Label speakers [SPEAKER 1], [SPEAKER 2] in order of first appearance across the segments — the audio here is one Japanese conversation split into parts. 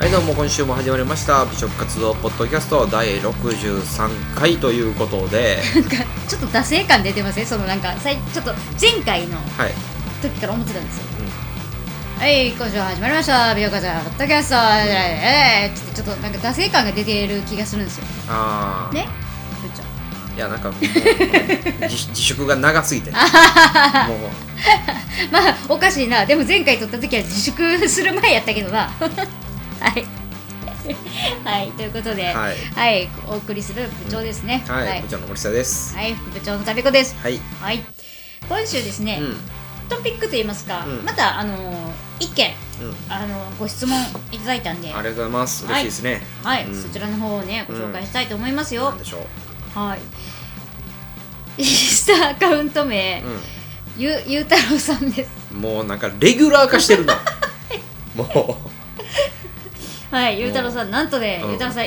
[SPEAKER 1] 今週も始まりました美食活動ポッドキャスト第63回ということ で
[SPEAKER 2] なんかちょっと惰性感出てませんそのなんかさいちょっと前回の
[SPEAKER 1] はい、
[SPEAKER 2] 時から思ってたんですよ、はい今週始まりました美容家じゃんポッドキャストええー、ちょっとなんか惰性感が出てる気がするんですよ
[SPEAKER 1] ああ、
[SPEAKER 2] ねふーちゃん
[SPEAKER 1] いやなん かもう自自粛が長すぎてもう
[SPEAKER 2] まあおかしいなでも前回撮った時は自粛する前やったけどな はい はいということでは
[SPEAKER 1] はい
[SPEAKER 2] い、お送りする部長ですね、
[SPEAKER 1] はい、
[SPEAKER 2] はい
[SPEAKER 1] こちらの森下です
[SPEAKER 2] はい副部長の旅子です
[SPEAKER 1] はい、
[SPEAKER 2] はい今週ですね、
[SPEAKER 1] うん
[SPEAKER 2] トピックといいますか、
[SPEAKER 1] うん
[SPEAKER 2] またあの一件
[SPEAKER 1] うん
[SPEAKER 2] あのご質問いただいたんで
[SPEAKER 1] ありがとうございます嬉しいですね、
[SPEAKER 2] はい、
[SPEAKER 1] うん
[SPEAKER 2] そちらの方をねご紹介したいと思います
[SPEAKER 1] な
[SPEAKER 2] よ
[SPEAKER 1] ん、でしょう、
[SPEAKER 2] はいインスタアカウント名、ゆゆうたろうさんです
[SPEAKER 1] うん、もうなんかレギュラー化してるなも
[SPEAKER 2] はい、ゆうたろうさん、なんとね、
[SPEAKER 1] うん
[SPEAKER 2] ゆうたろうさん、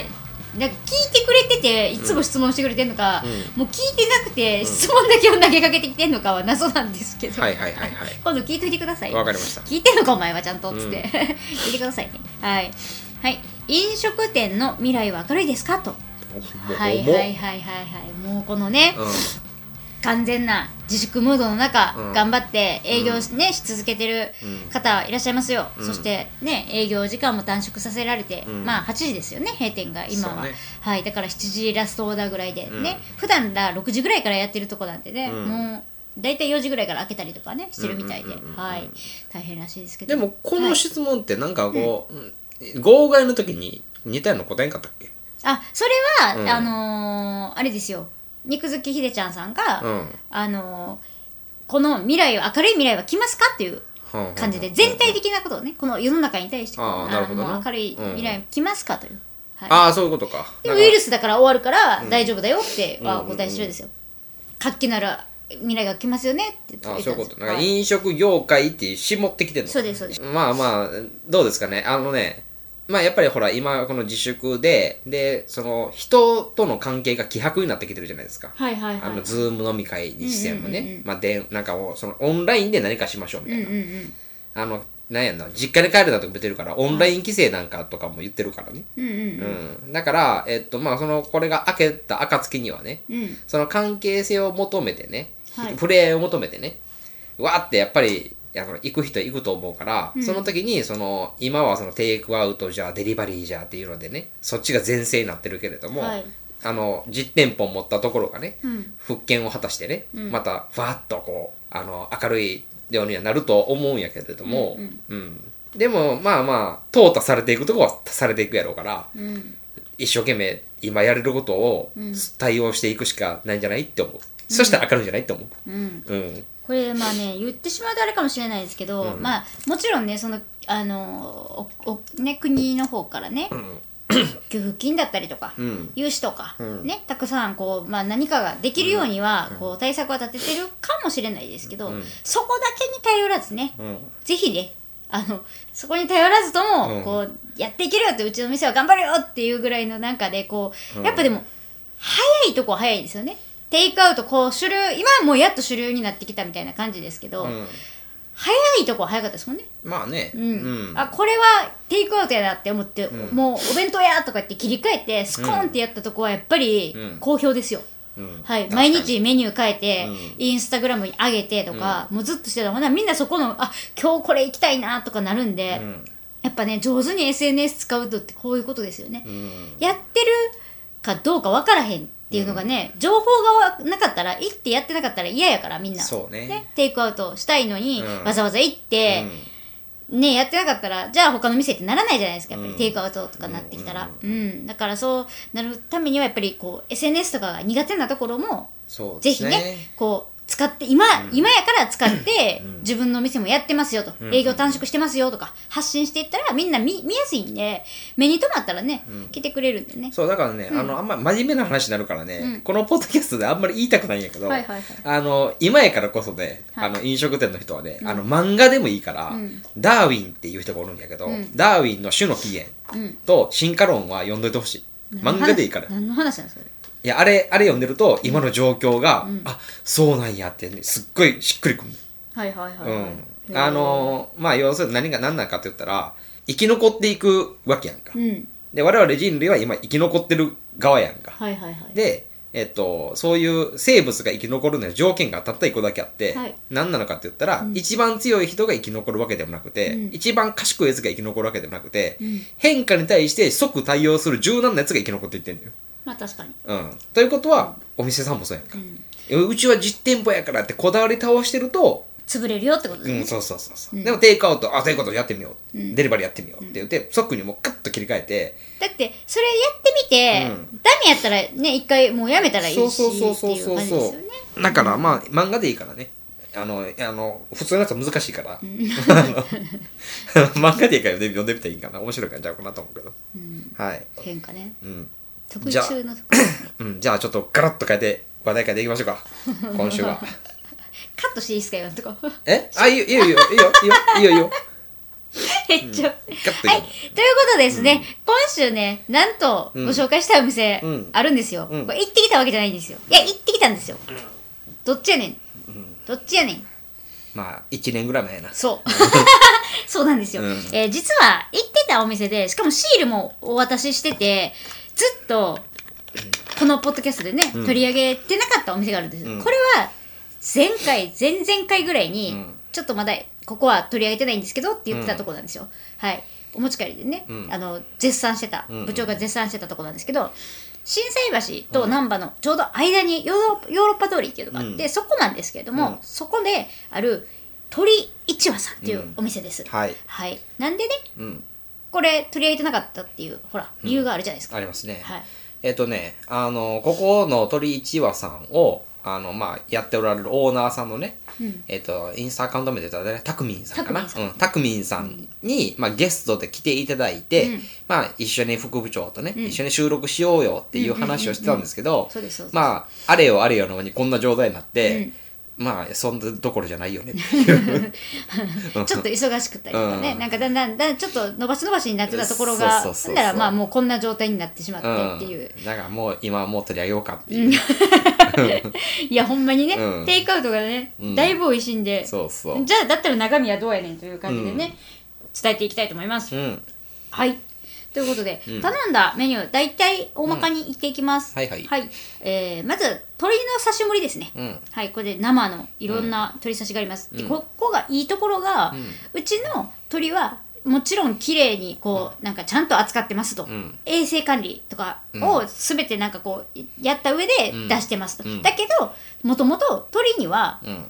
[SPEAKER 2] なんか聞いてくれてて、いつも質問してくれてんのか、
[SPEAKER 1] う
[SPEAKER 2] もう聞いてなくて、
[SPEAKER 1] ん
[SPEAKER 2] 質問だけを投げかけてきてんのかは謎なんですけ
[SPEAKER 1] う
[SPEAKER 2] ど、
[SPEAKER 1] はいはいはいはい
[SPEAKER 2] 今度聞いといてください。
[SPEAKER 1] わかりました
[SPEAKER 2] 聞いてんのか、お前はちゃんと、
[SPEAKER 1] うん
[SPEAKER 2] つって。聞いてくださいね。はい。はい。飲食店の未来は明るいですかと。
[SPEAKER 1] もう
[SPEAKER 2] はいはい
[SPEAKER 1] もう
[SPEAKER 2] はいはいはい。もうこのね、
[SPEAKER 1] うん
[SPEAKER 2] 完全な自粛ムードの中、
[SPEAKER 1] うん
[SPEAKER 2] 頑張って営業し,、ねし続けてる方いらっしゃいますよ、
[SPEAKER 1] うん
[SPEAKER 2] そして、ね、営業時間も短縮させられて、
[SPEAKER 1] うん
[SPEAKER 2] まあ8時ですよね閉店が今
[SPEAKER 1] そ
[SPEAKER 2] は、
[SPEAKER 1] うね
[SPEAKER 2] はい、だから7時ラストオーダーぐらいでね、
[SPEAKER 1] う
[SPEAKER 2] 普段だ6時ぐらいからやってるとこなんでね、
[SPEAKER 1] うん
[SPEAKER 2] もう大体4時ぐらいから開けたりとかねしてるみたいで、
[SPEAKER 1] うんうんうんうん
[SPEAKER 2] はい、大変らしいですけど
[SPEAKER 1] でもこの質問ってなんかこう、うん号外の時に似たような答えんかったっけ
[SPEAKER 2] あそれは、
[SPEAKER 1] うん
[SPEAKER 2] あのーあれですよ肉好きひでちゃんさんが、
[SPEAKER 1] うん
[SPEAKER 2] あのーこの未来は明るい未来は来ますかっていう感じで全体的なことをねこの世の中に対してこう
[SPEAKER 1] あーなるほどな
[SPEAKER 2] あの明るい未来来ますかという、は
[SPEAKER 1] ああそういうことか
[SPEAKER 2] い、でウイル
[SPEAKER 1] ス
[SPEAKER 2] スだから終わるから大丈夫だよってはお答えしてるんですよ、活気のある未来が来ますよねって言って
[SPEAKER 1] あ
[SPEAKER 2] たん
[SPEAKER 1] あ
[SPEAKER 2] です
[SPEAKER 1] そう
[SPEAKER 2] よ
[SPEAKER 1] いうことなんか
[SPEAKER 2] はい
[SPEAKER 1] 飲食業界って絞ってきてるの
[SPEAKER 2] そうですそうです
[SPEAKER 1] まあまあどうですかねあのねまあやっぱりほら今この自粛ででその人との関係が希薄になってきてるじゃないですか
[SPEAKER 2] はいはいは
[SPEAKER 1] あ
[SPEAKER 2] い
[SPEAKER 1] のズーム飲み会にしても
[SPEAKER 2] うんうんうん
[SPEAKER 1] ねまあでなんかもうそのオンラインで何かしましょうみ
[SPEAKER 2] う
[SPEAKER 1] た
[SPEAKER 2] ん
[SPEAKER 1] い
[SPEAKER 2] うん
[SPEAKER 1] な
[SPEAKER 2] うん
[SPEAKER 1] あのなんやんな実家に帰るなとか言ってるからオンライン規制なんかとかも言ってるからね
[SPEAKER 2] うんうん
[SPEAKER 1] うん、だから、えっと、まあ、その、これが開けた暁にはね、
[SPEAKER 2] うん
[SPEAKER 1] その関係性を求めてね、
[SPEAKER 2] はい
[SPEAKER 1] 触れ合いを求めてね、わーってやっぱり、あの行く人は行くと思うから、その時にその今はそのテイクアウトじゃデリバリーじゃっていうのでねそっちが全盛になってるけれども、
[SPEAKER 2] はい
[SPEAKER 1] あの実店舗を持ったところがね、
[SPEAKER 2] うん
[SPEAKER 1] 復権を果たしてね、またふわっとこうあの明るいようにはなると思うんやけれども、
[SPEAKER 2] うん
[SPEAKER 1] うんでもまあまあ淘汰されていくとこはされていくやろうから、
[SPEAKER 2] うん
[SPEAKER 1] 一生懸命今やれることを対応していくしかないんじゃないって思う、そしたら明るいんじゃないって思
[SPEAKER 2] うん
[SPEAKER 1] ううん
[SPEAKER 2] これまあね言ってしまうとあれかもしれないですけど、まあもちろんねそのあのおおね国の方からね、給付金だったりとか、
[SPEAKER 1] うん
[SPEAKER 2] 融資とか、
[SPEAKER 1] ん
[SPEAKER 2] ねたくさんこう、まあ、何かができるようには、こう対策は立ててるかもしれないですけど、
[SPEAKER 1] うん
[SPEAKER 2] そこだけに頼らずね、
[SPEAKER 1] うん
[SPEAKER 2] ぜひねあのそこに頼らずとも、
[SPEAKER 1] うん
[SPEAKER 2] こうやっていけるよってうちの店は頑張るよっていうぐらいのなんかでこう、やっぱでも早いとこは早いですよねテイクアウトこう主流今はもうやっと主流になってきたみたいな感じですけど、
[SPEAKER 1] うん
[SPEAKER 2] 早いとこは早かったですもんね
[SPEAKER 1] まあねう
[SPEAKER 2] うんあこれはテイクアウトやなって思って、もうお弁当やとかって切り替えてスコーンってやったとこはやっぱり
[SPEAKER 1] うん
[SPEAKER 2] 好評ですよ、
[SPEAKER 1] うん
[SPEAKER 2] はい、
[SPEAKER 1] 確か
[SPEAKER 2] 毎
[SPEAKER 1] に
[SPEAKER 2] 日メニュー変えて、
[SPEAKER 1] うん
[SPEAKER 2] インスタグラムに上げてとか、もうずっとしてたらほなみんなそこのあ今日これ行きたいなとかなるんで、
[SPEAKER 1] うん
[SPEAKER 2] やっぱね上手に SNS 使うとってこういうことですよね、
[SPEAKER 1] うん
[SPEAKER 2] やってるかどうか分からへんっていうのがね、情報がなかったら行ってやってなかったら嫌やからみんな
[SPEAKER 1] そうね
[SPEAKER 2] ね、テイクアウトしたいのに、
[SPEAKER 1] うん
[SPEAKER 2] わざわざ行って、ねやってなかったらじゃあ他の店ってならないじゃないですかやっぱり、
[SPEAKER 1] うん
[SPEAKER 2] テイクアウトとかなってきたら、うんだからそうなるためにはやっぱりこう SNS とかが苦手なところも
[SPEAKER 1] そう
[SPEAKER 2] ぜ
[SPEAKER 1] で
[SPEAKER 2] ひ
[SPEAKER 1] す
[SPEAKER 2] ね
[SPEAKER 1] ね
[SPEAKER 2] こう使って今,、今やから使って、自分のお店もやってますよと、営業短縮してますよとか発信していったらみんな見見やすいんで目に留まったらね、来てくれるんでね
[SPEAKER 1] そうだからね、あのあんまり真面目な話になるからね、このポッドキャストであんまり言いたくないんやけど、
[SPEAKER 2] はいはいはい
[SPEAKER 1] あの今やからこそね、
[SPEAKER 2] は
[SPEAKER 1] あ
[SPEAKER 2] い
[SPEAKER 1] の飲食店の人はね、あの漫画でもいいから、ダーウィンっていう人がおるんやけど、
[SPEAKER 2] うん
[SPEAKER 1] ダーウィンの種の起源
[SPEAKER 2] うん
[SPEAKER 1] と進化論は読んどいてほしい漫画でいいから
[SPEAKER 2] 何の話なんそれ
[SPEAKER 1] いや、あれ、あれ読んでると、今の状況が、
[SPEAKER 2] ん
[SPEAKER 1] あ、そうなんやってね、すっごいしっくりくる。
[SPEAKER 2] はいはいは
[SPEAKER 1] うん。あのーまあ、要するに何が何なのかって言ったら、生き残っていくわけやんか、
[SPEAKER 2] うん
[SPEAKER 1] で我々人類は今生き残ってる側やんか、
[SPEAKER 2] はいはいはい
[SPEAKER 1] で、えっと、そういう生物が生き残るのには条件がたった一個だけあって、
[SPEAKER 2] はい
[SPEAKER 1] 何なのかって言ったら、
[SPEAKER 2] うん
[SPEAKER 1] 一番強い人が生き残るわけでもなくて、
[SPEAKER 2] うん
[SPEAKER 1] 一番賢いやつが生き残るわけでもなくて、
[SPEAKER 2] うん
[SPEAKER 1] 変化に対して即対応する柔軟なやつが生き残っていってんだよ。
[SPEAKER 2] まあ確かに
[SPEAKER 1] うん、ということは、お店さんもそうやんか、うちは実店舗やからってこだわり倒してると、
[SPEAKER 2] 潰れるよってこと
[SPEAKER 1] う
[SPEAKER 2] で
[SPEAKER 1] ん、
[SPEAKER 2] す
[SPEAKER 1] そ
[SPEAKER 2] ね
[SPEAKER 1] うそうそうそう、でもテイクアウトあテイクアウトやってみよう、
[SPEAKER 2] うん
[SPEAKER 1] デリバリーやってみようって言って、即にもうカッと切り替えて、
[SPEAKER 2] だってそれやってみて
[SPEAKER 1] うん
[SPEAKER 2] ダメやったらね一回もうやめたらいいし
[SPEAKER 1] そう
[SPEAKER 2] って
[SPEAKER 1] そう
[SPEAKER 2] い
[SPEAKER 1] そううそうそう
[SPEAKER 2] 感じですよね
[SPEAKER 1] だからまあ漫画でいいからねあのあの普通のやつは難しいから、 あの漫画でいいから読んでみたらいいかな面白いからじゃうかなと思うけど
[SPEAKER 2] うん
[SPEAKER 1] はい、
[SPEAKER 2] 変化ね
[SPEAKER 1] うん
[SPEAKER 2] 特
[SPEAKER 1] じゃあ
[SPEAKER 2] 注 の特徴
[SPEAKER 1] うん、じゃあちょっとガラッと変えて話題変えていきましょうか 今週は
[SPEAKER 2] カットしていいですか今のとこ
[SPEAKER 1] えあいいよいいよいいよいいよいいよいいよ
[SPEAKER 2] めっちゃ
[SPEAKER 1] ガッといい
[SPEAKER 2] はい、
[SPEAKER 1] よ
[SPEAKER 2] ということでですね、今週ね、なんとご紹介したいお店
[SPEAKER 1] うん
[SPEAKER 2] あるんですよ、
[SPEAKER 1] うん
[SPEAKER 2] これ行ってきたわけじゃないんですよ。いや、行ってきたんですよ。どっちやねん。どっちやねん。
[SPEAKER 1] まあ1年ぐらい前やな
[SPEAKER 2] そう。 そうなんですよ。
[SPEAKER 1] うん
[SPEAKER 2] えー実は行ってたお店で、しかもシールもお渡ししてて、ずっとこのポッドキャストでね、
[SPEAKER 1] ん
[SPEAKER 2] 取り上げてなかったお店があるんですよ。
[SPEAKER 1] うん
[SPEAKER 2] これは前回、前々回ぐらいに、
[SPEAKER 1] うん
[SPEAKER 2] ちょっとまだここは取り上げてないんですけどって言ってたとこなんですよ。はい。お持ち帰りでね、
[SPEAKER 1] うん
[SPEAKER 2] あの絶賛してた、
[SPEAKER 1] うん
[SPEAKER 2] 部長が絶賛してたとこなんですけど、心斎橋と難波のちょうど間にヨーロヨーロッパ通りっていうのがあって、
[SPEAKER 1] うん
[SPEAKER 2] そこなんですけれども、
[SPEAKER 1] うん
[SPEAKER 2] そこである鳥一和さんっていうお店です、
[SPEAKER 1] はい
[SPEAKER 2] はい、なんでね
[SPEAKER 1] うん
[SPEAKER 2] これ取り上げてなかったっていうほら理由があるじゃないですか、
[SPEAKER 1] ありますね、
[SPEAKER 2] はい
[SPEAKER 1] えっ、とね、あの、ここの鳥一和さんを、あの、まあ、やっておられるオーナーさんのね、
[SPEAKER 2] うん
[SPEAKER 1] えっ、と、インスタアカウント名で言ったらね、たくみんさんかな。
[SPEAKER 2] たくみんさん
[SPEAKER 1] うん、たくみんさんに、まあ、ゲストで来ていただいて、
[SPEAKER 2] うん
[SPEAKER 1] まあ、一緒に副部長とね、
[SPEAKER 2] うん
[SPEAKER 1] 一緒に収録しようよっていう話をしてたんですけど、
[SPEAKER 2] そうですそうです、
[SPEAKER 1] まあ、あれよあれよの間にこんな状態になっ
[SPEAKER 2] う
[SPEAKER 1] て
[SPEAKER 2] ん、
[SPEAKER 1] まあ、そんなどころじゃないよねっていう。
[SPEAKER 2] ちょっと忙しくったりとかね、
[SPEAKER 1] うん
[SPEAKER 2] なんかだんだんだんちょっと伸ばし伸ばしになってたところが
[SPEAKER 1] そうそうそうそう
[SPEAKER 2] なんならまあもうこんな状態になってしま
[SPEAKER 1] うん。
[SPEAKER 2] ってっていう、
[SPEAKER 1] だからもう、今はもう取り上げようかっていう。
[SPEAKER 2] いやほんまにね、
[SPEAKER 1] うん
[SPEAKER 2] テイクアウトがね、
[SPEAKER 1] うん
[SPEAKER 2] だいぶ美味しいんで
[SPEAKER 1] そう そう。
[SPEAKER 2] じゃあだったら中身はどうやねんという感じでね、伝えていきたいと思います、
[SPEAKER 1] うん。
[SPEAKER 2] はい。ということで、
[SPEAKER 1] ん
[SPEAKER 2] 頼んだメニュー、大体大まかにいっていきます。
[SPEAKER 1] うんはいはい
[SPEAKER 2] えーまず、鶏の刺し盛りですね。
[SPEAKER 1] うん
[SPEAKER 2] はい、これで生のいろんな鶏刺しがあります。で、
[SPEAKER 1] うん
[SPEAKER 2] ここがいいところが、うちの鶏は、もちろん綺麗にこう、なんかちゃんと扱ってますと、
[SPEAKER 1] ん
[SPEAKER 2] 衛生管理とかをすべてなんかこうやった上で
[SPEAKER 1] ん
[SPEAKER 2] 出してますと、
[SPEAKER 1] うん
[SPEAKER 2] だけどもともと鶏には
[SPEAKER 1] うん。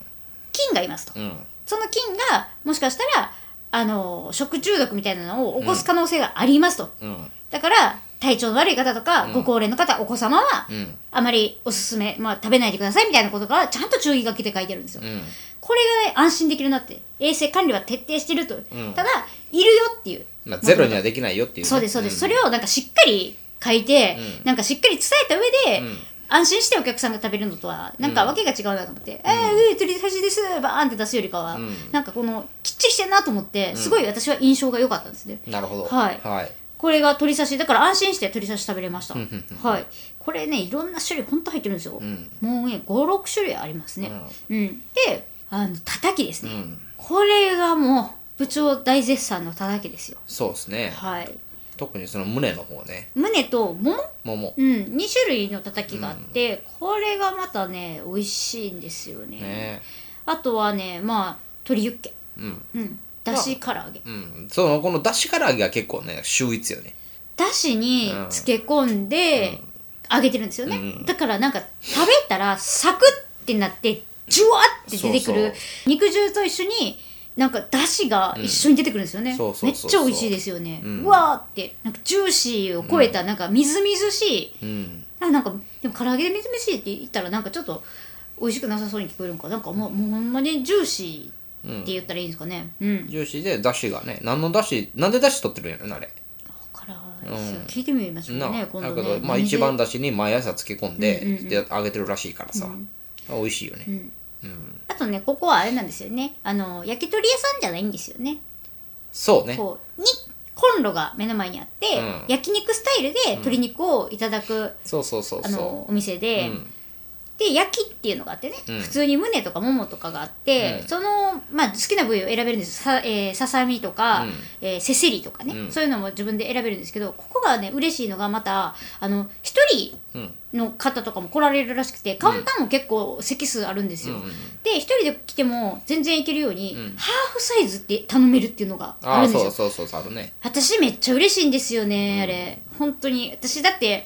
[SPEAKER 2] 菌がいますと、
[SPEAKER 1] うん。
[SPEAKER 2] その菌がもしかしたらあの食中毒みたいなのを起こす可能性がありますと、
[SPEAKER 1] うん。
[SPEAKER 2] だから体調の悪い方とか、ご高齢の方お子様は、
[SPEAKER 1] うん。
[SPEAKER 2] あまりおすすめ、まあ、食べないでくださいみたいなことがちゃんと注意書きで書いてあるんですよ、
[SPEAKER 1] うん。
[SPEAKER 2] これが、ね、安心できるなって衛生管理は徹底してると、
[SPEAKER 1] ん
[SPEAKER 2] ただいるよっていう、
[SPEAKER 1] まあ、ゼロにはできないよっていうね、
[SPEAKER 2] そうですそうです、そ
[SPEAKER 1] ん
[SPEAKER 2] れをなんかしっかり書いて、
[SPEAKER 1] うん
[SPEAKER 2] なんかしっかり伝えた上で、
[SPEAKER 1] うん
[SPEAKER 2] 安心してお客さんが食べるのとはなんかわけが違うなと思って「えー、取り出しです」バーンって出すよりかは、
[SPEAKER 1] ん
[SPEAKER 2] なんかこのきっちりしてんなと思ってすごい私は印象が良かったんですね、
[SPEAKER 1] なるほど。
[SPEAKER 2] はい
[SPEAKER 1] はい。
[SPEAKER 2] これが鶏刺しだから安心して鶏刺し食べれました、
[SPEAKER 1] ん
[SPEAKER 2] はいこれねいろんな種類ほんと入ってるんですよ、
[SPEAKER 1] ん
[SPEAKER 2] もうね56種類ありますね、うんであのたたきです
[SPEAKER 1] う
[SPEAKER 2] ね、
[SPEAKER 1] ん。
[SPEAKER 2] これがもう部長大絶賛のたたきですよ
[SPEAKER 1] そうですね。
[SPEAKER 2] はい
[SPEAKER 1] 特にその胸の方ね。
[SPEAKER 2] 胸ともも
[SPEAKER 1] もも。
[SPEAKER 2] うん、2種類のたたきがあって、これがまたね美味しいんですよね
[SPEAKER 1] ね。
[SPEAKER 2] あとはねまあ鶏ユッケ
[SPEAKER 1] うん。
[SPEAKER 2] うんだし唐揚げ
[SPEAKER 1] うん。その、この出し唐揚げは結構ね、秀逸よね。
[SPEAKER 2] だしに漬け込んで揚げてるんですよね、
[SPEAKER 1] うん
[SPEAKER 2] だからなんか食べたらサクッてなってジュワッて出てくる
[SPEAKER 1] そう
[SPEAKER 2] 肉汁と一緒になんかだしが一緒に出てくるんですよね、
[SPEAKER 1] うんそうそう
[SPEAKER 2] め
[SPEAKER 1] そ
[SPEAKER 2] っ
[SPEAKER 1] うそう
[SPEAKER 2] ちゃ美味しいですよね、う
[SPEAKER 1] うん
[SPEAKER 2] わーってなんかジューシーを超えたなんかみずみずしい、
[SPEAKER 1] うん。
[SPEAKER 2] あなんかでも唐揚げでみずみずしいって言ったらなんかちょっと美味しくなさそうに聞こえるのかなんかもうもうほんまにジューシーって言ったらいいんですかねうん、
[SPEAKER 1] ジューシーで、出汁がね。何の出汁、なんで出汁取ってるんやろね、あれ。
[SPEAKER 2] からんですよ
[SPEAKER 1] うん
[SPEAKER 2] 聞いてみましょう
[SPEAKER 1] な
[SPEAKER 2] ね
[SPEAKER 1] あ
[SPEAKER 2] 今
[SPEAKER 1] だ
[SPEAKER 2] 度
[SPEAKER 1] け
[SPEAKER 2] ね
[SPEAKER 1] ど、まあ一番出汁に毎朝漬け込んで、
[SPEAKER 2] うんうんうん
[SPEAKER 1] で、揚げてるらしいからさ。美味しいよね。
[SPEAKER 2] あとねここはあれなんですよねあの焼き鳥屋さんじゃないんですよね
[SPEAKER 1] そうね。
[SPEAKER 2] こうにコンロが目の前にあって、
[SPEAKER 1] うん
[SPEAKER 2] 焼肉スタイルで鶏肉をいただく、
[SPEAKER 1] そうそうそう
[SPEAKER 2] あ
[SPEAKER 1] そ
[SPEAKER 2] のお店
[SPEAKER 1] う。う
[SPEAKER 2] で、
[SPEAKER 1] ん。
[SPEAKER 2] で焼きっていうのがあってね、
[SPEAKER 1] うん
[SPEAKER 2] 普通に胸とかももとかがあって、
[SPEAKER 1] うん
[SPEAKER 2] その、まあ、好きな部位を選べるんですさ,、えーささみとか、
[SPEAKER 1] うん
[SPEAKER 2] えーせせりとかね、
[SPEAKER 1] うん
[SPEAKER 2] そういうのも自分で選べるんですけどここがね嬉しいのがまたあの一人
[SPEAKER 1] うん
[SPEAKER 2] の方とかも来られるらしくてカウンターも結構席数あるんですよ、
[SPEAKER 1] うんうんうん
[SPEAKER 2] で一人で来ても全然いけるように、
[SPEAKER 1] うん
[SPEAKER 2] ハーフサイズって頼めるっていうのが
[SPEAKER 1] あ
[SPEAKER 2] ある
[SPEAKER 1] あ
[SPEAKER 2] んです
[SPEAKER 1] そ
[SPEAKER 2] よ
[SPEAKER 1] うそうそうそうあるね
[SPEAKER 2] 私めっちゃ嬉しいんですよね、あれ本当に私だって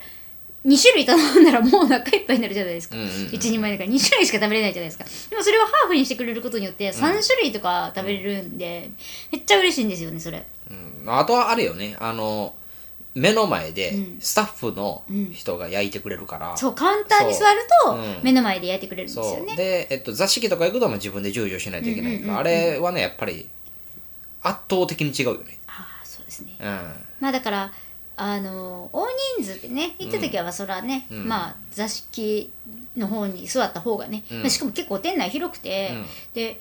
[SPEAKER 2] 2種類頼んだらもうお腹いっぱいになるじゃないですか、
[SPEAKER 1] うんうんうん
[SPEAKER 2] 一人前だから2種類しか食べれないじゃないですかでもそれをハーフにしてくれることによって3種類とか食べれるんで、めっちゃ嬉しいんですよねそれ
[SPEAKER 1] うんあとはあれよねあの目の前で
[SPEAKER 2] うん
[SPEAKER 1] スタッフの人が焼いてくれるから、
[SPEAKER 2] そうカウンターに座ると
[SPEAKER 1] そううん
[SPEAKER 2] 目の前で焼いてくれるんです
[SPEAKER 1] そ
[SPEAKER 2] よ
[SPEAKER 1] う
[SPEAKER 2] ね
[SPEAKER 1] で、えっと、座敷とか行くとまあ自分で従事しないといけないから、
[SPEAKER 2] うんうんうんうん
[SPEAKER 1] あれはねやっぱり圧倒的に違うよね
[SPEAKER 2] ああそうですね
[SPEAKER 1] う
[SPEAKER 2] まあだからあの大人数でね行った時はまあそれはね、
[SPEAKER 1] うん
[SPEAKER 2] まあ座敷の方に座った方がね、
[SPEAKER 1] うん
[SPEAKER 2] まあしかも結構店内広くて、
[SPEAKER 1] うん
[SPEAKER 2] で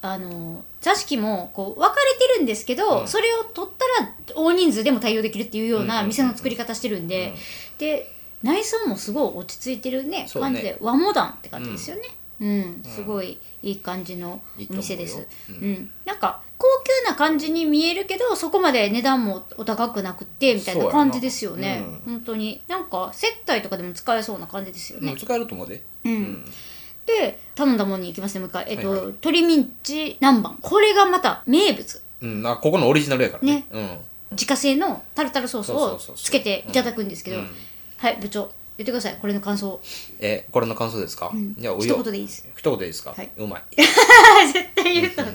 [SPEAKER 2] あの座敷もこう分かれてるんですけど、
[SPEAKER 1] うん
[SPEAKER 2] それを取ったら大人数でも対応できるっていうよう
[SPEAKER 1] うんうんうん
[SPEAKER 2] な
[SPEAKER 1] うん
[SPEAKER 2] 店の作り方してるんで、
[SPEAKER 1] うん
[SPEAKER 2] で内装もすごい落ち着いてるね
[SPEAKER 1] そうね
[SPEAKER 2] 感じで和モダンって感じですよね。うん、すごいいい感じの
[SPEAKER 1] いいと
[SPEAKER 2] お
[SPEAKER 1] 思うよ
[SPEAKER 2] 店です。
[SPEAKER 1] うん
[SPEAKER 2] うん、なんか高級な感じに見えるけどそこまで値段もお高くなくてみたい
[SPEAKER 1] そう
[SPEAKER 2] な
[SPEAKER 1] やな
[SPEAKER 2] 感じですよね、
[SPEAKER 1] うん
[SPEAKER 2] 本当になんか接待とかでも使えそうな感じですよ
[SPEAKER 1] ん
[SPEAKER 2] ね、
[SPEAKER 1] 使えると思うで
[SPEAKER 2] うん
[SPEAKER 1] うん
[SPEAKER 2] で頼んだものに行きますねもう一回、えっと
[SPEAKER 1] はいはい
[SPEAKER 2] 鶏ミンチ南蛮これがまた名物
[SPEAKER 1] うん、あここのオリジナルやからねうん
[SPEAKER 2] 自家製のタルタルソース
[SPEAKER 1] そうそ
[SPEAKER 2] を
[SPEAKER 1] うそうそう
[SPEAKER 2] つけていただくんですけど
[SPEAKER 1] うん
[SPEAKER 2] はい部長言ってくださいこれの感想、
[SPEAKER 1] えこれの感想ですか、
[SPEAKER 2] うん、
[SPEAKER 1] じゃあお
[SPEAKER 2] 一
[SPEAKER 1] よ
[SPEAKER 2] 言でいいです
[SPEAKER 1] 一言でいいですか、
[SPEAKER 2] はいう
[SPEAKER 1] まい、
[SPEAKER 2] 絶対言うと思っ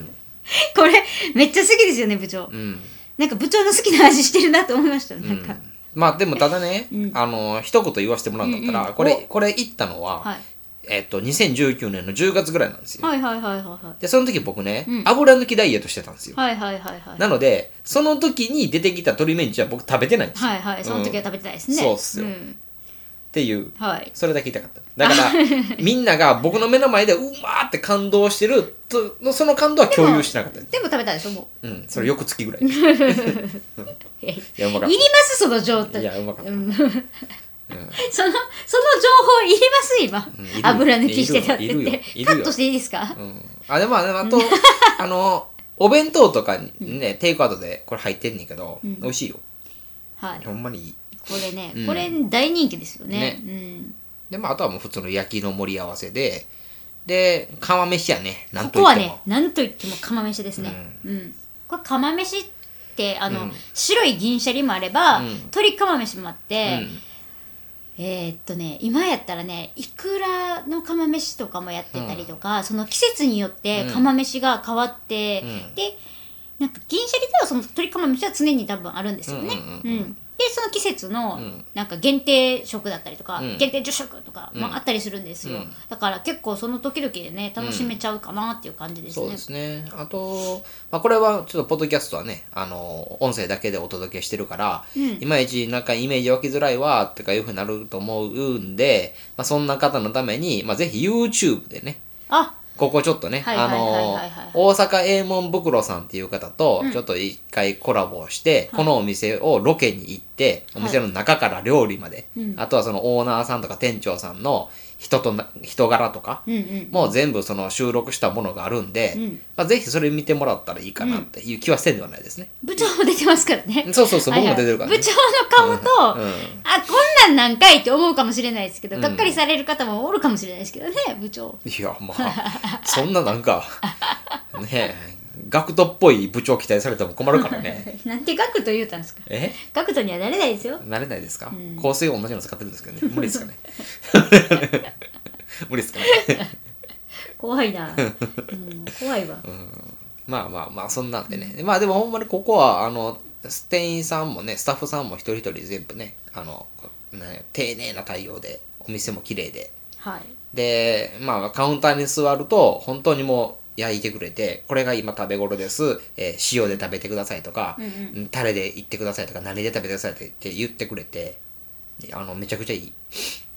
[SPEAKER 2] たこれめっちゃ好きですよね部長
[SPEAKER 1] うん
[SPEAKER 2] なんか部長の好きな味してるなと思いましたなんか、
[SPEAKER 1] うんまあでもただね、
[SPEAKER 2] うん
[SPEAKER 1] あの一言言わせてもらうんだったら、
[SPEAKER 2] うんうん
[SPEAKER 1] こ
[SPEAKER 2] お
[SPEAKER 1] れこれ行ったのは、
[SPEAKER 2] はい
[SPEAKER 1] えっと2019年の10月ぐらいなんですよ、
[SPEAKER 2] はいはいはいはいはい
[SPEAKER 1] でその時僕ね、
[SPEAKER 2] うん
[SPEAKER 1] 油抜きダイエットしてたんですよ、
[SPEAKER 2] はいはいはいはい。
[SPEAKER 1] なのでその時に出てきた鶏メンチは僕食べてないんですよ、
[SPEAKER 2] はいはい、その時は食べてないですね。
[SPEAKER 1] そうっすよ
[SPEAKER 2] ん
[SPEAKER 1] っていう
[SPEAKER 2] はい。
[SPEAKER 1] それだけ言いたかっただから みんなが僕の目の前でうまーって感動してるとのその感動は共有しなかった
[SPEAKER 2] でも食べたでしょ、も。
[SPEAKER 1] うんそれ翌月ぐらい いうやうまか
[SPEAKER 2] い
[SPEAKER 1] っ
[SPEAKER 2] ります、その状
[SPEAKER 1] た
[SPEAKER 2] 態。
[SPEAKER 1] いやうまかった、
[SPEAKER 2] うん その、その情報いります、今
[SPEAKER 1] んいる。よ
[SPEAKER 2] 油抜きしてたって
[SPEAKER 1] いる
[SPEAKER 2] 言
[SPEAKER 1] よい
[SPEAKER 2] っ
[SPEAKER 1] る
[SPEAKER 2] て。
[SPEAKER 1] よ
[SPEAKER 2] カットしていいですか
[SPEAKER 1] うん、あでもあでもあと あのお弁当とかにね、テイクアウトでこれ入ってんねんけど、
[SPEAKER 2] うん
[SPEAKER 1] 美味しいよ
[SPEAKER 2] はい。
[SPEAKER 1] ほんまにいい
[SPEAKER 2] これね
[SPEAKER 1] うん、
[SPEAKER 2] これ大人気ですよね。うん。
[SPEAKER 1] でまああとはもう普通の焼きの盛り合わせでで釜飯やねなん
[SPEAKER 2] ことこ
[SPEAKER 1] いっ
[SPEAKER 2] は
[SPEAKER 1] ても
[SPEAKER 2] ね、なんといっても釜飯ですね。うん。これ釜飯って、あ
[SPEAKER 1] う
[SPEAKER 2] の
[SPEAKER 1] ん、
[SPEAKER 2] 白い銀シャリもあれば
[SPEAKER 1] うん、
[SPEAKER 2] 鶏釜飯もあっ
[SPEAKER 1] う
[SPEAKER 2] て
[SPEAKER 1] ん、
[SPEAKER 2] えーっとね今やったらねいくらの釜飯とかもやってたりとか、その季節によって
[SPEAKER 1] うん
[SPEAKER 2] 釜飯が変わって、
[SPEAKER 1] うん
[SPEAKER 2] でなんか銀シャリではその鶏釜飯は常に多分あるんですよね。
[SPEAKER 1] う
[SPEAKER 2] うん
[SPEAKER 1] う
[SPEAKER 2] ん
[SPEAKER 1] んうんうん
[SPEAKER 2] でその季節の
[SPEAKER 1] うん
[SPEAKER 2] なんか限定食だったりとか、
[SPEAKER 1] うん
[SPEAKER 2] 限定10食とか
[SPEAKER 1] う
[SPEAKER 2] も
[SPEAKER 1] ん
[SPEAKER 2] あったりするんです
[SPEAKER 1] う
[SPEAKER 2] よ、
[SPEAKER 1] ん
[SPEAKER 2] だから結構その時々でね楽しめちゃうかなっていう感じですね。
[SPEAKER 1] そうですね。あと、まあ、これはちょっとポッドキャストはね、あの、音声だけでお届けしてるから、
[SPEAKER 2] うん
[SPEAKER 1] いまいちなんかイメージ湧きづらいわ、とかいうふうになると思うんで、まあ、そんな方のために、まあ、ぜひ YouTube でね、
[SPEAKER 2] あ
[SPEAKER 1] ここちょっとね、
[SPEAKER 2] はいはい
[SPEAKER 1] あ
[SPEAKER 2] はいはい
[SPEAKER 1] の
[SPEAKER 2] はいはい、
[SPEAKER 1] 大阪英門袋さんっていう方と
[SPEAKER 2] うん、
[SPEAKER 1] ちょっと一回コラボをして、このお店をロケに行って、お店の中から料理まで
[SPEAKER 2] うん、
[SPEAKER 1] あとはそのオーナーさんとか店長さんの人とな、人柄とか、
[SPEAKER 2] うんうん
[SPEAKER 1] もう全部その収録したものがあるんで、
[SPEAKER 2] うん
[SPEAKER 1] まあ、ぜひそれ見てもらったらいいかなっていう気はせんではないですね。
[SPEAKER 2] 部長も出てますからね。
[SPEAKER 1] そうそうそう、
[SPEAKER 2] はい
[SPEAKER 1] 僕
[SPEAKER 2] は
[SPEAKER 1] も
[SPEAKER 2] い
[SPEAKER 1] 出てるからね。
[SPEAKER 2] 部長の顔と、
[SPEAKER 1] うんうん
[SPEAKER 2] あこんなんなんかいって思うかもしれないですけど、
[SPEAKER 1] うん
[SPEAKER 2] がっかりされる方もおるかもしれないですけどね 部長
[SPEAKER 1] いや、まあ、そんななんか、ねえ、ガクトっぽい部長期待されても困るから ね。
[SPEAKER 2] なんてガクト言うたんですか
[SPEAKER 1] え
[SPEAKER 2] ガクトにはなれないですよ
[SPEAKER 1] なれないですか、
[SPEAKER 2] ん
[SPEAKER 1] 香水同じの使ってるんです けどね。無理ですかね。 無理ですかね。
[SPEAKER 2] 怖 いな、うん、怖いわ、
[SPEAKER 1] まあまあまあ、そんなんでね。まあでもほんまにここは、あの、店員さんもね、スタッフさんも一人一人全部ね、あの、こね丁寧な対応で、お店も綺麗で。
[SPEAKER 2] はい
[SPEAKER 1] で、まあ、カウンターに座ると、本当にもう焼いてくれて、これが今食べ頃です、えー塩で食べてくださいとか、
[SPEAKER 2] うん
[SPEAKER 1] うんタレでいってくださいとか、何で食べてくださいって言ってくれて、あの、めちゃくちゃいい。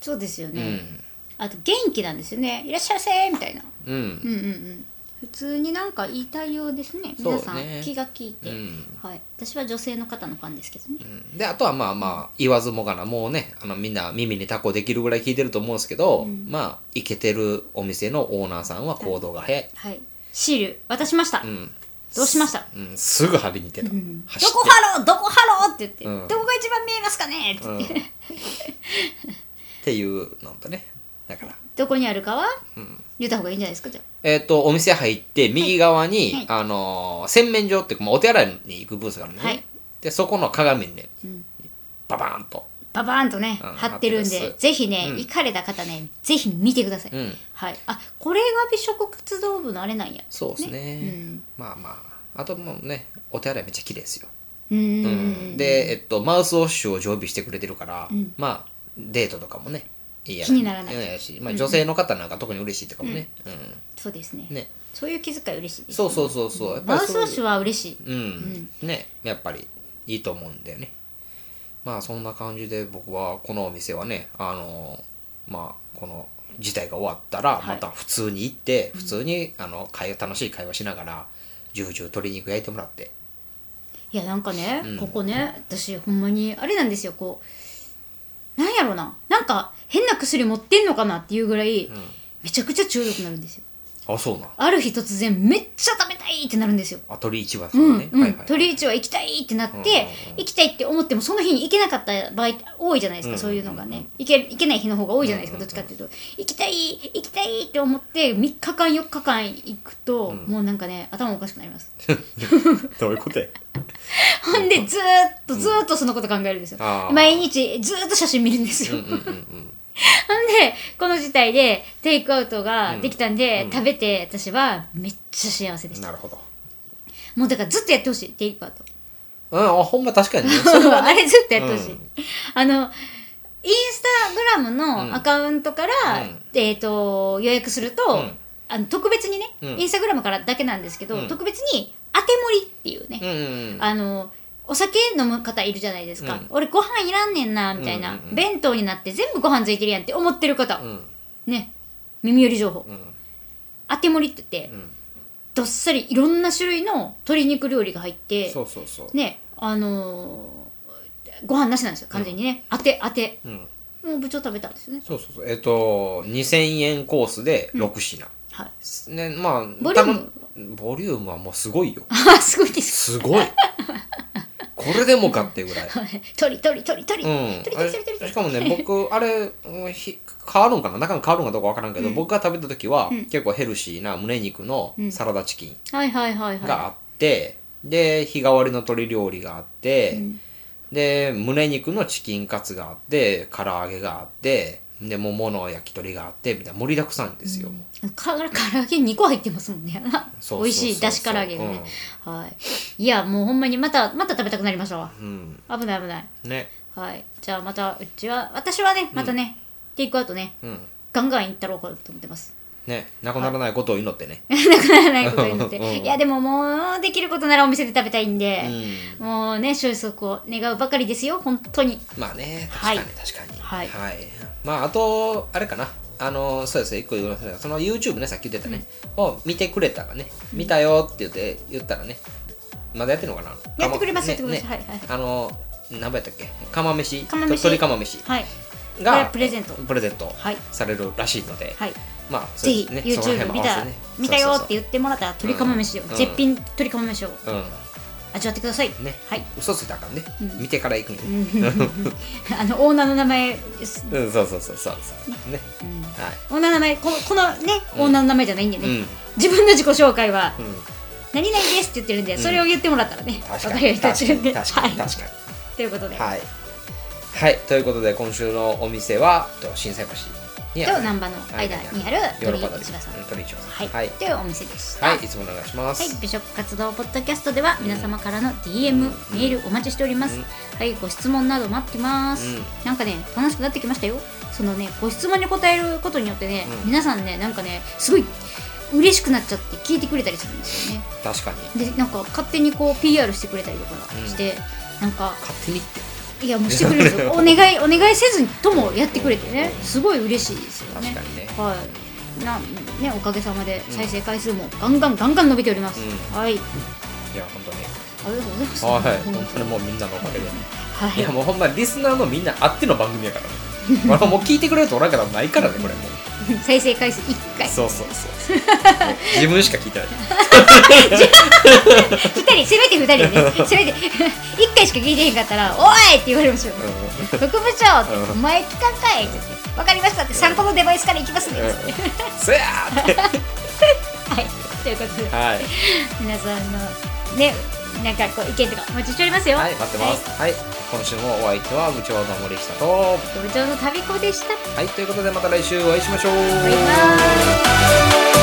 [SPEAKER 2] そうですよ
[SPEAKER 1] う
[SPEAKER 2] ね、
[SPEAKER 1] ん。
[SPEAKER 2] あと元気なんですよねいらっしゃいませみたいな
[SPEAKER 1] うん。
[SPEAKER 2] うんうんうん普通になんかいい対応ですね
[SPEAKER 1] そうね
[SPEAKER 2] 皆さん気が利いて、
[SPEAKER 1] うん
[SPEAKER 2] はい、私は女性の方のファンですけどね、
[SPEAKER 1] うんであとはまあまあ言わずもがなもうねあのみんな耳にタコできるぐらい聞いてると思うんですけど、まあイケてるお店のオーナーさんは行動が早い、
[SPEAKER 2] はいシール渡しました、
[SPEAKER 1] うん
[SPEAKER 2] どうしました
[SPEAKER 1] うん、すぐ張りに行ってた、
[SPEAKER 2] うんど
[SPEAKER 1] 走って
[SPEAKER 2] こハローどこハローって言って、
[SPEAKER 1] うん
[SPEAKER 2] どこが一番見えますかねって言って、
[SPEAKER 1] うんっていうのとねだから
[SPEAKER 2] どこにあるかは、言った方がいいんじゃないですかじゃ
[SPEAKER 1] えっ、とお店入って右側に、
[SPEAKER 2] はい
[SPEAKER 1] あのー洗面所っていうか、まあ、お手洗いに行くブースがあるのね、
[SPEAKER 2] はい
[SPEAKER 1] でそこの鏡にね、
[SPEAKER 2] ん
[SPEAKER 1] ババーンと、
[SPEAKER 2] あババーンとね、
[SPEAKER 1] うん
[SPEAKER 2] 貼ってるん
[SPEAKER 1] 貼って
[SPEAKER 2] で
[SPEAKER 1] ます
[SPEAKER 2] ぜひね、
[SPEAKER 1] うん
[SPEAKER 2] 行かれた方ねぜひ見てください、
[SPEAKER 1] うん、
[SPEAKER 2] はい、あこれが美食活動部のあれなんや
[SPEAKER 1] そうですね
[SPEAKER 2] うん
[SPEAKER 1] まあまああともうねお手洗いめっちゃ綺麗ですよ、
[SPEAKER 2] うーん
[SPEAKER 1] うんで、えっと、マウスウォッシュを常備してくれてるから、
[SPEAKER 2] ん
[SPEAKER 1] まあデートとかもねいいや
[SPEAKER 2] 気にならない
[SPEAKER 1] いやし、まあ、女性の方なんか特に嬉しいとかもね、うん
[SPEAKER 2] そうですね
[SPEAKER 1] ね
[SPEAKER 2] そういう気遣い嬉しいです
[SPEAKER 1] そうそうそうそうやっぱ
[SPEAKER 2] マ
[SPEAKER 1] り
[SPEAKER 2] ウスウ
[SPEAKER 1] そう
[SPEAKER 2] ォ
[SPEAKER 1] い
[SPEAKER 2] ッ
[SPEAKER 1] う
[SPEAKER 2] シュは嬉しい
[SPEAKER 1] うん、ねやっぱりいいと思うんだよねまあそんな感じで僕はこのお店はねあのまあこの事態が終わったら
[SPEAKER 2] はい
[SPEAKER 1] また普通に行って、普通にあの会話楽しい会話しながらジュージュー鶏肉焼いてもらって
[SPEAKER 2] いやなんかね、
[SPEAKER 1] うん
[SPEAKER 2] ここね私ほんまにあれなんですよこうなんやろななんか変な薬持ってんのかなっていうぐらい、めちゃくちゃ中毒になるんですよ
[SPEAKER 1] あそうなん
[SPEAKER 2] ある日突然めっちゃ食べたいってなるんですよ
[SPEAKER 1] あ鳥市場さ
[SPEAKER 2] うんん、
[SPEAKER 1] ね、
[SPEAKER 2] うん
[SPEAKER 1] はいはい
[SPEAKER 2] 鳥市は行きたいってなって、
[SPEAKER 1] うんうんうん
[SPEAKER 2] 行きたいって思ってもその日に行けなかった場合多いじゃないですか、
[SPEAKER 1] うん
[SPEAKER 2] そういうのがね行け行けない日の方が多いじゃないですか、どっちかっていうと行きたい行きたいって思って3日間4日間行くと、もうなんかね頭おかしくなります
[SPEAKER 1] どういうことや
[SPEAKER 2] ほんでずーっとずーっとそのこと考えるんですよ、
[SPEAKER 1] あー
[SPEAKER 2] 毎日ずーっと写真見るんですよ、
[SPEAKER 1] うんうんうん
[SPEAKER 2] ほんでこの事態でテイクアウトができたんで、食べて私はめっちゃ幸せで
[SPEAKER 1] うん
[SPEAKER 2] した
[SPEAKER 1] なるほど
[SPEAKER 2] もうだからずっとやってほしいテイクアウト
[SPEAKER 1] うんあほんま確か にね それは
[SPEAKER 2] あれずっとやってほしい、
[SPEAKER 1] うん
[SPEAKER 2] あのインスタグラムのアカウントから、
[SPEAKER 1] うん
[SPEAKER 2] えー、と予約すると、
[SPEAKER 1] うん
[SPEAKER 2] あの特別にね、
[SPEAKER 1] うん
[SPEAKER 2] インスタグラムからだけなんですけど、
[SPEAKER 1] うん
[SPEAKER 2] 特別に「当て盛り」っていう
[SPEAKER 1] う
[SPEAKER 2] ね、
[SPEAKER 1] んうん
[SPEAKER 2] あのお酒飲む方いるじゃないですか、
[SPEAKER 1] うん
[SPEAKER 2] 俺ご飯いらんねんなみたいな、
[SPEAKER 1] うんうんうん
[SPEAKER 2] 弁当になって全部ご飯ついてるやんって思ってる方、
[SPEAKER 1] うん
[SPEAKER 2] ね耳寄り情報、
[SPEAKER 1] うん
[SPEAKER 2] 当て盛りって言って、
[SPEAKER 1] うん
[SPEAKER 2] どっさりいろんな種類の鶏肉料理が入って
[SPEAKER 1] そうそうそう、
[SPEAKER 2] ねあのーご飯なしなんですよ完全にね、当て当て
[SPEAKER 1] うん
[SPEAKER 2] もう部長食べたんですよね
[SPEAKER 1] そうそうそうえっ、と2000円コースで6品、
[SPEAKER 2] はい
[SPEAKER 1] ねまあ
[SPEAKER 2] ボリューム
[SPEAKER 1] 多分ボリュームはもうすごいよ
[SPEAKER 2] あすごいです
[SPEAKER 1] すごいこれでもかってぐらい
[SPEAKER 2] 鳥鳥鳥鳥鳥
[SPEAKER 1] う
[SPEAKER 2] 鳥
[SPEAKER 1] んあ
[SPEAKER 2] 鳥
[SPEAKER 1] れ
[SPEAKER 2] 鳥鳥
[SPEAKER 1] しかもね僕あれうんひ変わるんかな中身変わるんかどうかわからんけど、僕が食べた時は、結構ヘルシーな胸肉のサラダチキン
[SPEAKER 2] はいはいはいはい
[SPEAKER 1] があって、で日替わりの鶏料理があって、で胸肉のチキンカツがあって唐揚げがあってで桃の焼き鳥があってみたいな盛りだくさんですよ、
[SPEAKER 2] かから唐揚げ2個入ってますもんね
[SPEAKER 1] そうそうそう
[SPEAKER 2] 美味しいだし唐揚げがね、はいいやもうほんまにまたまた食べたくなりましたわ
[SPEAKER 1] うん
[SPEAKER 2] 危ない危ない
[SPEAKER 1] ね
[SPEAKER 2] はいじゃあまたうちは私はねまたね、テイクアウトね
[SPEAKER 1] うん
[SPEAKER 2] ガンガン行ったろうかと思ってます
[SPEAKER 1] ねなくならないことを祈ってね、
[SPEAKER 2] なくならないことになって、
[SPEAKER 1] うん
[SPEAKER 2] いやでももうできることならお店で食べたいんで、
[SPEAKER 1] う
[SPEAKER 2] もうね収束を願うばかりですよ本当に
[SPEAKER 1] んまあね確か
[SPEAKER 2] はい
[SPEAKER 1] に確かに
[SPEAKER 2] はい
[SPEAKER 1] まああとあれかなあのそうですね一個言いませんその YouTube ねさっき言ってたね、を見てくれたらね見たよって言って言ったらねまだやってるのかな
[SPEAKER 2] やってくれます
[SPEAKER 1] ね
[SPEAKER 2] やってくれます
[SPEAKER 1] ね
[SPEAKER 2] はいはい
[SPEAKER 1] あの何番やったっけ釜飯
[SPEAKER 2] 釜飯
[SPEAKER 1] 鳥釜飯
[SPEAKER 2] はいこれ
[SPEAKER 1] が
[SPEAKER 2] はプレゼント
[SPEAKER 1] プレゼント
[SPEAKER 2] はい
[SPEAKER 1] されるらしいので、
[SPEAKER 2] はい
[SPEAKER 1] まあそ
[SPEAKER 2] ぜ
[SPEAKER 1] う
[SPEAKER 2] ひ
[SPEAKER 1] ですねその辺
[SPEAKER 2] YouTube
[SPEAKER 1] も
[SPEAKER 2] 見
[SPEAKER 1] 合わせ
[SPEAKER 2] た
[SPEAKER 1] てね
[SPEAKER 2] 見た
[SPEAKER 1] そ
[SPEAKER 2] よ
[SPEAKER 1] う
[SPEAKER 2] って言ってもらったら鳥釜飯を
[SPEAKER 1] うん
[SPEAKER 2] 絶品鳥釜飯を
[SPEAKER 1] そうそううん
[SPEAKER 2] 味わってください
[SPEAKER 1] ね、
[SPEAKER 2] はい
[SPEAKER 1] 嘘ついたらあかんね、見てから行くんよ、
[SPEAKER 2] あのオーナーの名前です
[SPEAKER 1] うん、そうそうそうそうそうね、はい
[SPEAKER 2] オーナーの名前ここのねオーナーの名前じゃないんでね、
[SPEAKER 1] うん
[SPEAKER 2] 自分の自己紹介は
[SPEAKER 1] うん
[SPEAKER 2] 「何々です」って言ってるんでそれを言ってもらったらね、わ
[SPEAKER 1] 確か
[SPEAKER 2] かるよう
[SPEAKER 1] に
[SPEAKER 2] になっ
[SPEAKER 1] 確
[SPEAKER 2] て
[SPEAKER 1] か
[SPEAKER 2] るんで
[SPEAKER 1] に確かに
[SPEAKER 2] はい
[SPEAKER 1] 確か
[SPEAKER 2] ということで、
[SPEAKER 1] にはい、はい、ということで今週のお店はと新斎橋にあ
[SPEAKER 2] と
[SPEAKER 1] る
[SPEAKER 2] 難波の間にある
[SPEAKER 1] ヨーロ
[SPEAKER 2] 鳥
[SPEAKER 1] ッパ
[SPEAKER 2] 市場さん
[SPEAKER 1] うん鳥市場
[SPEAKER 2] は
[SPEAKER 1] さん
[SPEAKER 2] い、
[SPEAKER 1] はい、
[SPEAKER 2] というお店でした、
[SPEAKER 1] はい、いつもお願いします、
[SPEAKER 2] はい、美食活動ポッドキャストでは皆様からの DM、メールお待ちしております、はいご質問など待ってます、
[SPEAKER 1] うん
[SPEAKER 2] なんかね楽しくなってきましたよそのねご質問に答えることによってね、
[SPEAKER 1] うん
[SPEAKER 2] 皆さんねなんかねすごい嬉しくなっちゃって聞いてくれたりするんですよね
[SPEAKER 1] 確かに
[SPEAKER 2] でなんか勝手にこう PR してくれたりとか
[SPEAKER 1] うん
[SPEAKER 2] して、なんか
[SPEAKER 1] 勝手にって
[SPEAKER 2] いやもうしてくれる んですよお願いお願いせずにともやってくれてねすごい嬉しいですよね
[SPEAKER 1] 確かにね
[SPEAKER 2] はいな、ね、おかげさまで再生回数もガンガンガンガン伸びております、
[SPEAKER 1] う
[SPEAKER 2] はいあり
[SPEAKER 1] いや本当に
[SPEAKER 2] がとうございます
[SPEAKER 1] はい
[SPEAKER 2] 本
[SPEAKER 1] 本当にもうみんなのおかげで
[SPEAKER 2] 当はい
[SPEAKER 1] いやもうほんまリスナーのみんなあっての番組やからねこれもう聞いてくれるとおらんからないからねこれ もう
[SPEAKER 2] 再生回数1回
[SPEAKER 1] そうそうそう自分しか聞いてない
[SPEAKER 2] 2人せめて2人で ねせめて1回しか聞いてへんかったら「おい!」って言われましょう
[SPEAKER 1] う
[SPEAKER 2] 「特部長!」って
[SPEAKER 1] うん
[SPEAKER 2] 「お前聞かんかい!」って言って「分かりました」って3個のデバイスからいきますね
[SPEAKER 1] ん、うん、そやーって
[SPEAKER 2] はいということで
[SPEAKER 1] はい
[SPEAKER 2] 皆さんのねなんかこう意見とかお待ちしておりますよ
[SPEAKER 1] はい待ってますはい、今週もお相手は部長の森下と
[SPEAKER 2] 特部長の旅子でした
[SPEAKER 1] はいということでまた来週お会いしましょう
[SPEAKER 2] バイバーイ